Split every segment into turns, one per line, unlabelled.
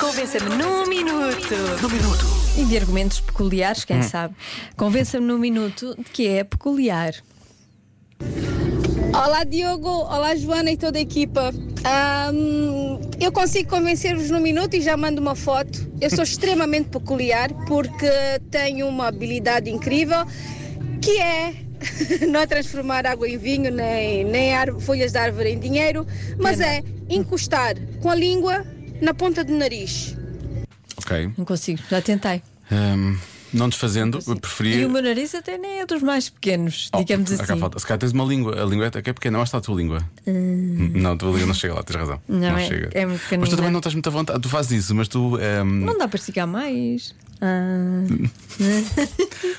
Convença-me num minuto.
No minuto. Hum.
E de argumentos peculiares, quem sabe? Convença-me num minuto de que é peculiar.
Olá Diogo, olá Joana e toda a equipa. Ahm, eu consigo convencer-vos num minuto e já mando uma foto. Eu sou extremamente peculiar porque tenho uma habilidade incrível que é não transformar água em vinho nem, nem ar- folhas de árvore em dinheiro, mas é encostar com a língua na ponta do nariz.
Ok.
Não consigo, já tentei.
Ahm, não desfazendo, eu preferia.
E o meu nariz até nem é dos mais pequenos,
Oh,
digamos
há cá
assim. Hum.
falta. Se calhar tens uma língua, a língua é até que é pequena, mas está a tua língua. Não, a tua língua não chega lá, tens razão.
Não, é-
chega.
é muito
mas tu
pequenina.
também não tens muita vontade, tu fazes isso, mas tu. hum, ahm,
Não dá para esticar mais. Ah,
Hum.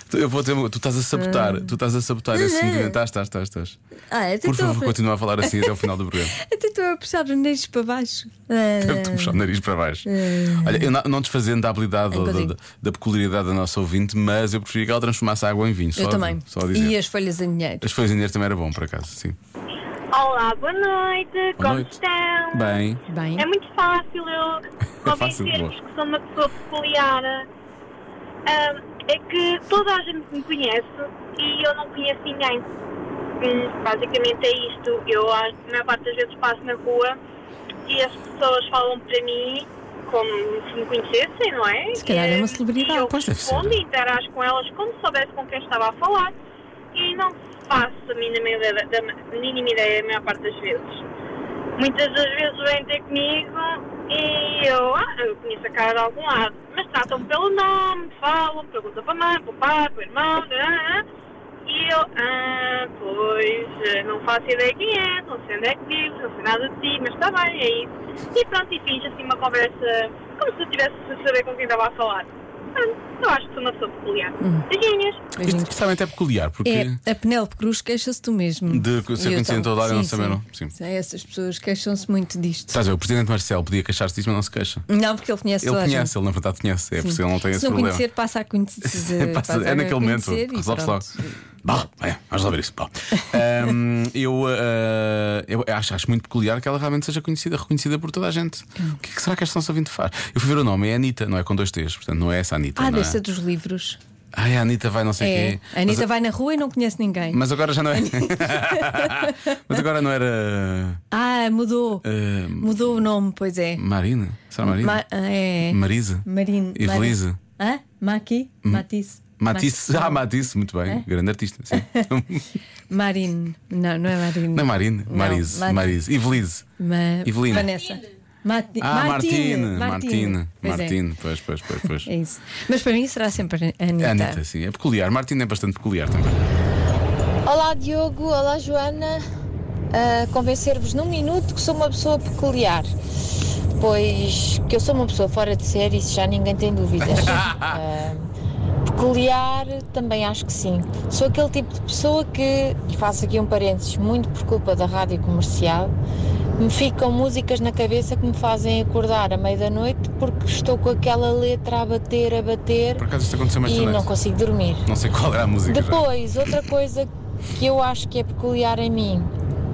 tu- eu vou ter, tu estás a sabotar, tu estás a sabotar esse movimento. Estás, estás, estás, estás.
ah até
Por
estou a
favor,
pu-
continua a falar assim até o final do programa.
até estou a puxar o nariz para baixo.
Deve
Ah,
te puxar o nariz para baixo. Olha, eu não, não desfazendo da
Hum. É
habilidade
um
ou da,
bocadinho.
da- da peculiaridade da nossa ouvinte, mas eu preferia que ela transformasse a água em vinho.
eu
só,
também.
Só a dizer.
E as folhas em dinheiro.
As folhas de dinheiro também era bom, por acaso, sim.
Olá, boa noite,
Boa
como
noite.
estão?
Bem, É
Bem,
É muito fácil eu
fácil,
convencer-vos que sou uma pessoa peculiar. Ahm, é que toda a gente me conhece e eu não conheço ninguém. Hum, Basicamente é isto. Eu, a maior parte das vezes, passo na rua e as pessoas falam para mim como se me conhecessem, não é?
Se calhar é uma
E-
celebridade.
E eu
Pois deve ser.
respondo e interajo com elas como se soubesse com quem estava a falar e não faço a mínima ideia, da, mínima ideia a maior parte das vezes. Muitas das vezes vêm ter comigo e eu, ah, eu conheço a cara de algum lado, mas tratam-me pelo nome, falam, perguntam para a mãe, para o pai, para o irmão, ah, ah, e eu, ah, pois, eh, não faço ideia quem é, não sei onde é que vives, não sei nada de ti, mas está bem, é isso. E pronto, e fiz assim uma conversa como se eu tivesse a saber com quem estava a falar. Pronto, eu acho que sou uma pessoa peculiar. Beijinhos!
isto,
beijinhos.
isto realmente é peculiar, porque.
É, a Penélope Cruz queixa-se do mesmo.
De que ser
E eu
conhecida em toda a área,
sim,
não saber, não.
sim.
Sim.
Essas pessoas queixam-se muito disto.
Estás a ver, o presidente Marcelo podia queixar-se disto, mas não se queixa.
Não, porque ele conhece
Ele
toda a gente.
conhece, ele na verdade conhece. É por isso que ele não tem
Se
esse
não
problema.
conhecer, passa a conhecer.
Passa-
passa
é
a
naquele momento,
conhecer e
resolve-se
pronto.
logo. Bah, é, vamos lá ver isso. Bah. Ahm, eu ah, eu acho, acho muito peculiar que ela realmente seja conhecida, reconhecida por toda a gente.
Hum.
O que, é que será que esta nossa ouvinte faz? Eu fui ver o nome, é Anitta, não é com dois T's, portanto não é essa Anitta.
Ah,
não é?
desta dos livros.
Ai, a Anitta vai não sei
É.
quê.
A Anitta
mas,
vai na rua e não conhece ninguém.
mas agora já não é. mas agora não era.
Ah, mudou.
ah,
Mudou o nome, pois é.
Marina? Será Marina?
Ma- ah, é.
Marisa?
Marine.
Evelise?
Mari- Hã? Maqui? Matisse?
Matisse. Ah, Matisse, muito
É.
bem. Grande artista, sim.
Marine. Não, não é Marine.
Não é Marina? Marise.
Mati-
Marise. Evelise.
Ma-
Evelina.
Vanessa. Mati-
Ah,
Martine.
Martine. Martine.
Pois é.
Martine. Pois, pois, pois. pois.
É Então. isso. Mas para mim será sempre a Anitta.
É Anitta, sim. É peculiar. Martine é bastante peculiar também.
Olá Diogo, olá Joana. A Convencer-vos num minuto que sou uma pessoa peculiar. Pois que eu sou uma pessoa fora de série, isso já ninguém tem dúvidas. Ah, peculiar, também acho que sim. Sou aquele tipo de pessoa que, e faço aqui um parênteses, muito por culpa da rádio comercial, me ficam músicas na cabeça que me fazem acordar à meia da noite porque estou com aquela letra a bater, a bater
Por acaso isto aconteceu mais
e
também.
não consigo dormir.
Não é? sei qual era a música. já.
Depois, outra coisa que eu acho que é peculiar em mim,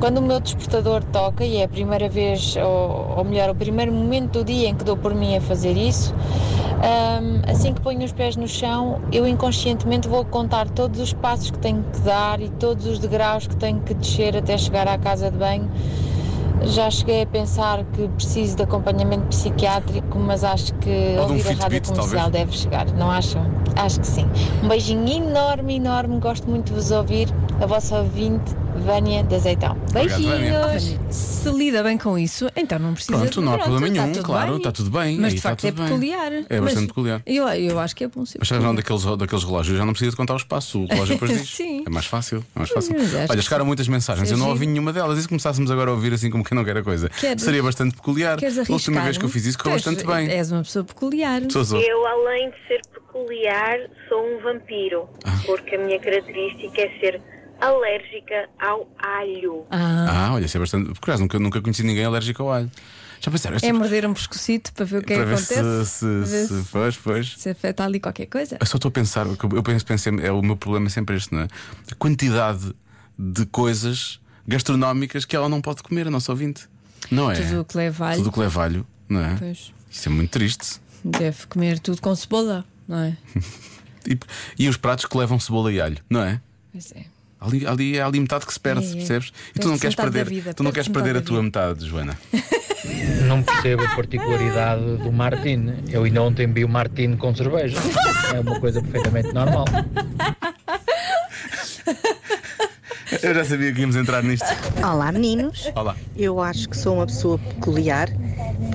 quando o meu despertador toca, e é a primeira vez, ou, ou melhor, o primeiro momento do dia em que dou por mim a fazer isso, hum, assim que ponho os pés no chão, eu inconscientemente vou contar todos os passos que tenho que dar e todos os degraus que tenho que descer até chegar à casa de banho. Já cheguei a pensar que preciso de acompanhamento psiquiátrico, mas acho que
Ou de um
ouvir a rádio
Fitbit,
comercial
talvez.
deve chegar, não acham? Acho que sim. Um beijinho enorme, enorme, gosto muito de vos ouvir. A vossa ouvinte, Vânia da Azeitão.
Obrigado,
Beijinhos!
Vânia.
Se lida bem com isso, então não precisa.
Pronto,
de
não há
pronto,
problema
está
nenhum,
tudo
claro,
bem.
está tudo bem,
Mas
aí
de
está
facto é
tudo bem.
peculiar.
É
Mas
bastante peculiar.
Eu, eu acho que é bom ser.
Mas sabes, não, daqueles, daqueles relógios já não precisa de contar os passos, o relógio depois diz.
Sim.
É mais fácil. É mais fácil.
Mas acho
Olha,
que
chegaram muitas mensagens,
Sim,
eu não
sim.
ouvi nenhuma delas. E se começássemos agora a ouvir assim como quem não quer a coisa,
Queres-
seria bastante peculiar.
Queres
a
arriscar? é.
última vez que eu fiz isso correu
Tu és-
bastante bem.
És uma pessoa peculiar.
Pessoas ou-
Eu, além de ser peculiar, sou um vampiro, porque a minha característica é ser alérgica ao alho.
Ah,
Ah, olha, isso é bastante. Por acaso, nunca, nunca conheci ninguém alérgico ao alho. Já pensaram? tipo
é morder um pescocito para ver o que é que
para ver
acontece.
se,
Para
se,
ver
se. Pois, pois.
se afeta ali qualquer coisa.
Eu só estou a pensar, o que eu penso, pensei, é o meu problema é sempre este, não é? A quantidade de coisas gastronómicas que ela não pode comer, a nossa ouvinte. Não é?
Tudo o que leva alho.
Tudo o que leva alho, não é?
Pois.
Isso é muito triste.
Deve comer tudo com cebola, não é?
E, e os pratos que levam cebola e alho, não é?
Pois é.
Ali, ali, há ali metade que se perde,
É, é.
percebes? E tu
Perde-se
não queres
metade da
perder,
vida,
tu não
perde-se metade
queres perder a
da
tua metade, Joana.
Não percebo a particularidade do Martin. Eu ainda ontem vi o Martin com cerveja. É uma coisa perfeitamente normal.
Eu já sabia que íamos entrar nisto.
Olá, meninos.
Olá.
Eu acho que sou uma pessoa peculiar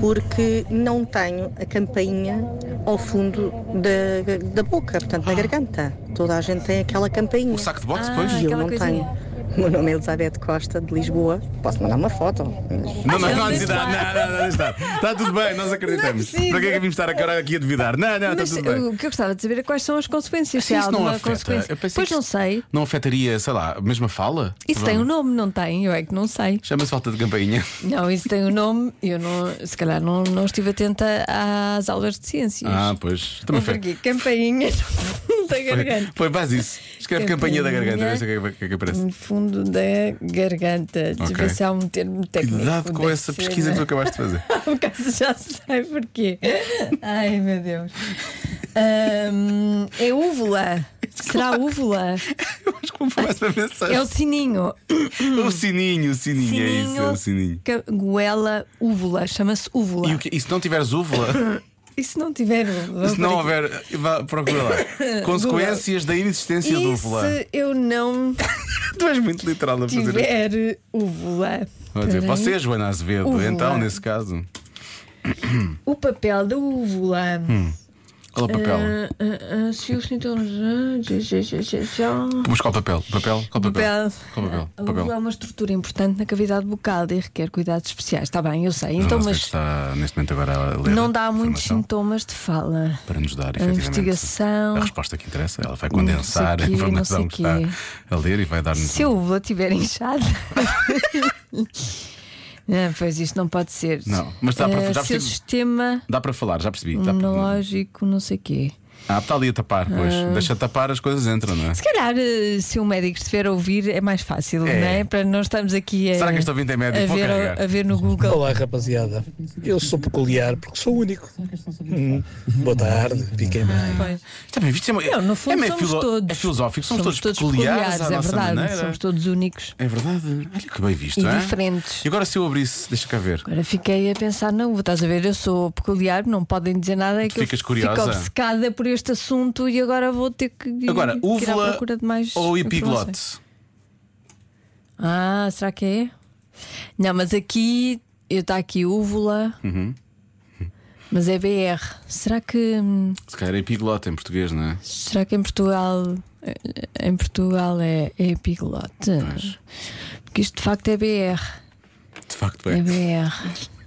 porque não tenho a campainha ao fundo da, da boca, portanto, na garganta. Toda a gente tem aquela campainha.
O saco de boxe, depois?
Ah,
E eu
aquela
não
coisinha.
tenho. O meu nome é Elizabeth Costa, de Lisboa. Posso mandar uma foto?
Não, não, não, há
deixa
necessidade. não, não, não, não, está. Está tudo bem, nós acreditamos.
Não precisa.
Para que é que vimos estar agora aqui a duvidar? Não, não,
Mas
está tudo bem.
o que eu gostava de saber é quais são as consequências.
Sim,
se há
isso não
alguma
afeta.
consequência.
Eu pensei
Pois
que
não
isto-
sei.
Não afetaria, sei lá, a mesma fala?
Isso tem um nome, não tem? Eu é que não sei.
Chama-se falta de campainha.
Não, isso tem um nome. Eu não, se calhar não, não estive atenta às aulas de ciências.
Ah, pois. Também
Mas
foi.
porquê? Campainha da garganta.
Foi, foi quase isso. Escreve campainha da garganta,
Campainha.
veja o que é que- o que é que aparece.
No fundo da garganta. Deixa eu
Ok.
ver se há um termo técnico.
Cuidado com
Deve
essa
ser,
pesquisa que tu
não é?
acabaste de fazer.
Por acaso já sei porquê. Ai meu Deus. Ahm, é úvula. Será úvula?
Eu acho que vou falar essa mensagem.
É o sininho.
O sininho, o sininho, é isso, é o sininho.
ca- goela úvula. Chama-se úvula.
E, o que- e se não tiveres úvula,
E se não tiver úvula?
se não houver, vá, procura lá. Consequências da inexistência de
E
úvula.
se eu não
Tu és muito literal a fazer isto.
tiver úvula?
Vou dizer,
Peraí.
Você, Joana Azevedo,
Úvula.
então, nesse caso.
O papel da úvula.
Qual é Hum, o papel?
Ah, ah, ah, Se os sintomas. ah, já, já, já, já, já.
Mas qual papel? Papel? Qual papel?
Papel.
Qual papel?
A
Papel.
úvula é uma estrutura importante na cavidade bucal e requer cuidados especiais. Está bem, eu sei. Então,
Não sei se
mas
está neste momento agora a ler
não
a
dá muitos
informação
sintomas de fala.
para nos dar
A
efetivamente
investigação.
a resposta que interessa. Ela vai condensar
quê,
a
não
informação
sei
que está
quê.
a ler e vai dar-nos. um
Se a úvula estiver inchada. Ah, pois isto não pode ser.
Não, mas dá para-
Ah,
já
Se o
percebi.
sistema
Dá para falar, já percebi. Dá para...
imunológico, não sei o quê.
Ah, está ali a tapar, pois.
Ah.
Deixa tapar, as coisas entram, não é?
Se calhar, eh, se o médico estiver a ouvir, é mais fácil,
É.
não é? Para não estarmos aqui a,
Será que este ouvinte é médico?
a,
Vou
ver,
carregar.
a ver no Google.
Olá, rapaziada. Eu sou peculiar porque sou único. Hum, Boa tarde, fiquem bem.
Pois.
Também, isto é, uma-
Não, no fundo,
é meio
somos
filo-
todos.
é filosófico, somos, todos peculiares, à
é
nossa
verdade.
maneira.
Somos todos únicos.
É verdade. Olha que bem visto,
E
é?
diferentes.
E agora se eu abrisse, deixa cá ver.
Agora fiquei a pensar, não, estás a ver, eu sou peculiar, não podem dizer nada, é que
ficas
eu
curiosa?
fico obcecada por este assunto e agora vou ter que ir-
Agora,
que ir à
úvula
procura de mais
ou
informações.
epiglote?
Ah, será que é? Não, mas aqui eu está aqui úvula,
Uhum.
mas é BR. Será que hum,
Se calhar é epiglote em português, não é?
será que em Portugal eh, em Portugal é, é epiglote?
Pois.
Porque isto de facto é BR.
De facto,
É
bem.
BR. É.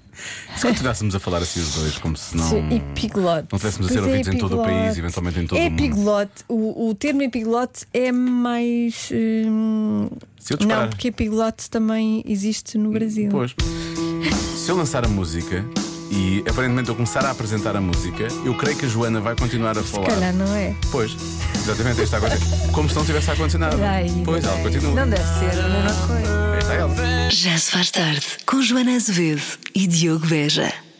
Se continuássemos a falar assim os dois, como se não.
epiglote.
não tivéssemos a ser
Pois é,
ouvidos em todo o país,
epiglote.
eventualmente em todo o mundo.
Epiglote. O, o termo epiglote é mais. hum,
Se eu disparar-
não, porque epiglote também existe no Brasil.
Pois. Se eu lançar a música e aparentemente eu começar a apresentar a música, eu creio que a Joana vai continuar a
Se
falar.
calhar não é.
Pois, exatamente, é isto está a acontecer. Como se Ah, não tivesse acontecido nada.
Peraí,
pois, ela
peraí.
continua.
Não deve ser a mesma coisa.
Aí está ela.
Já se faz tarde com Joana Azevedo e Diogo Veja.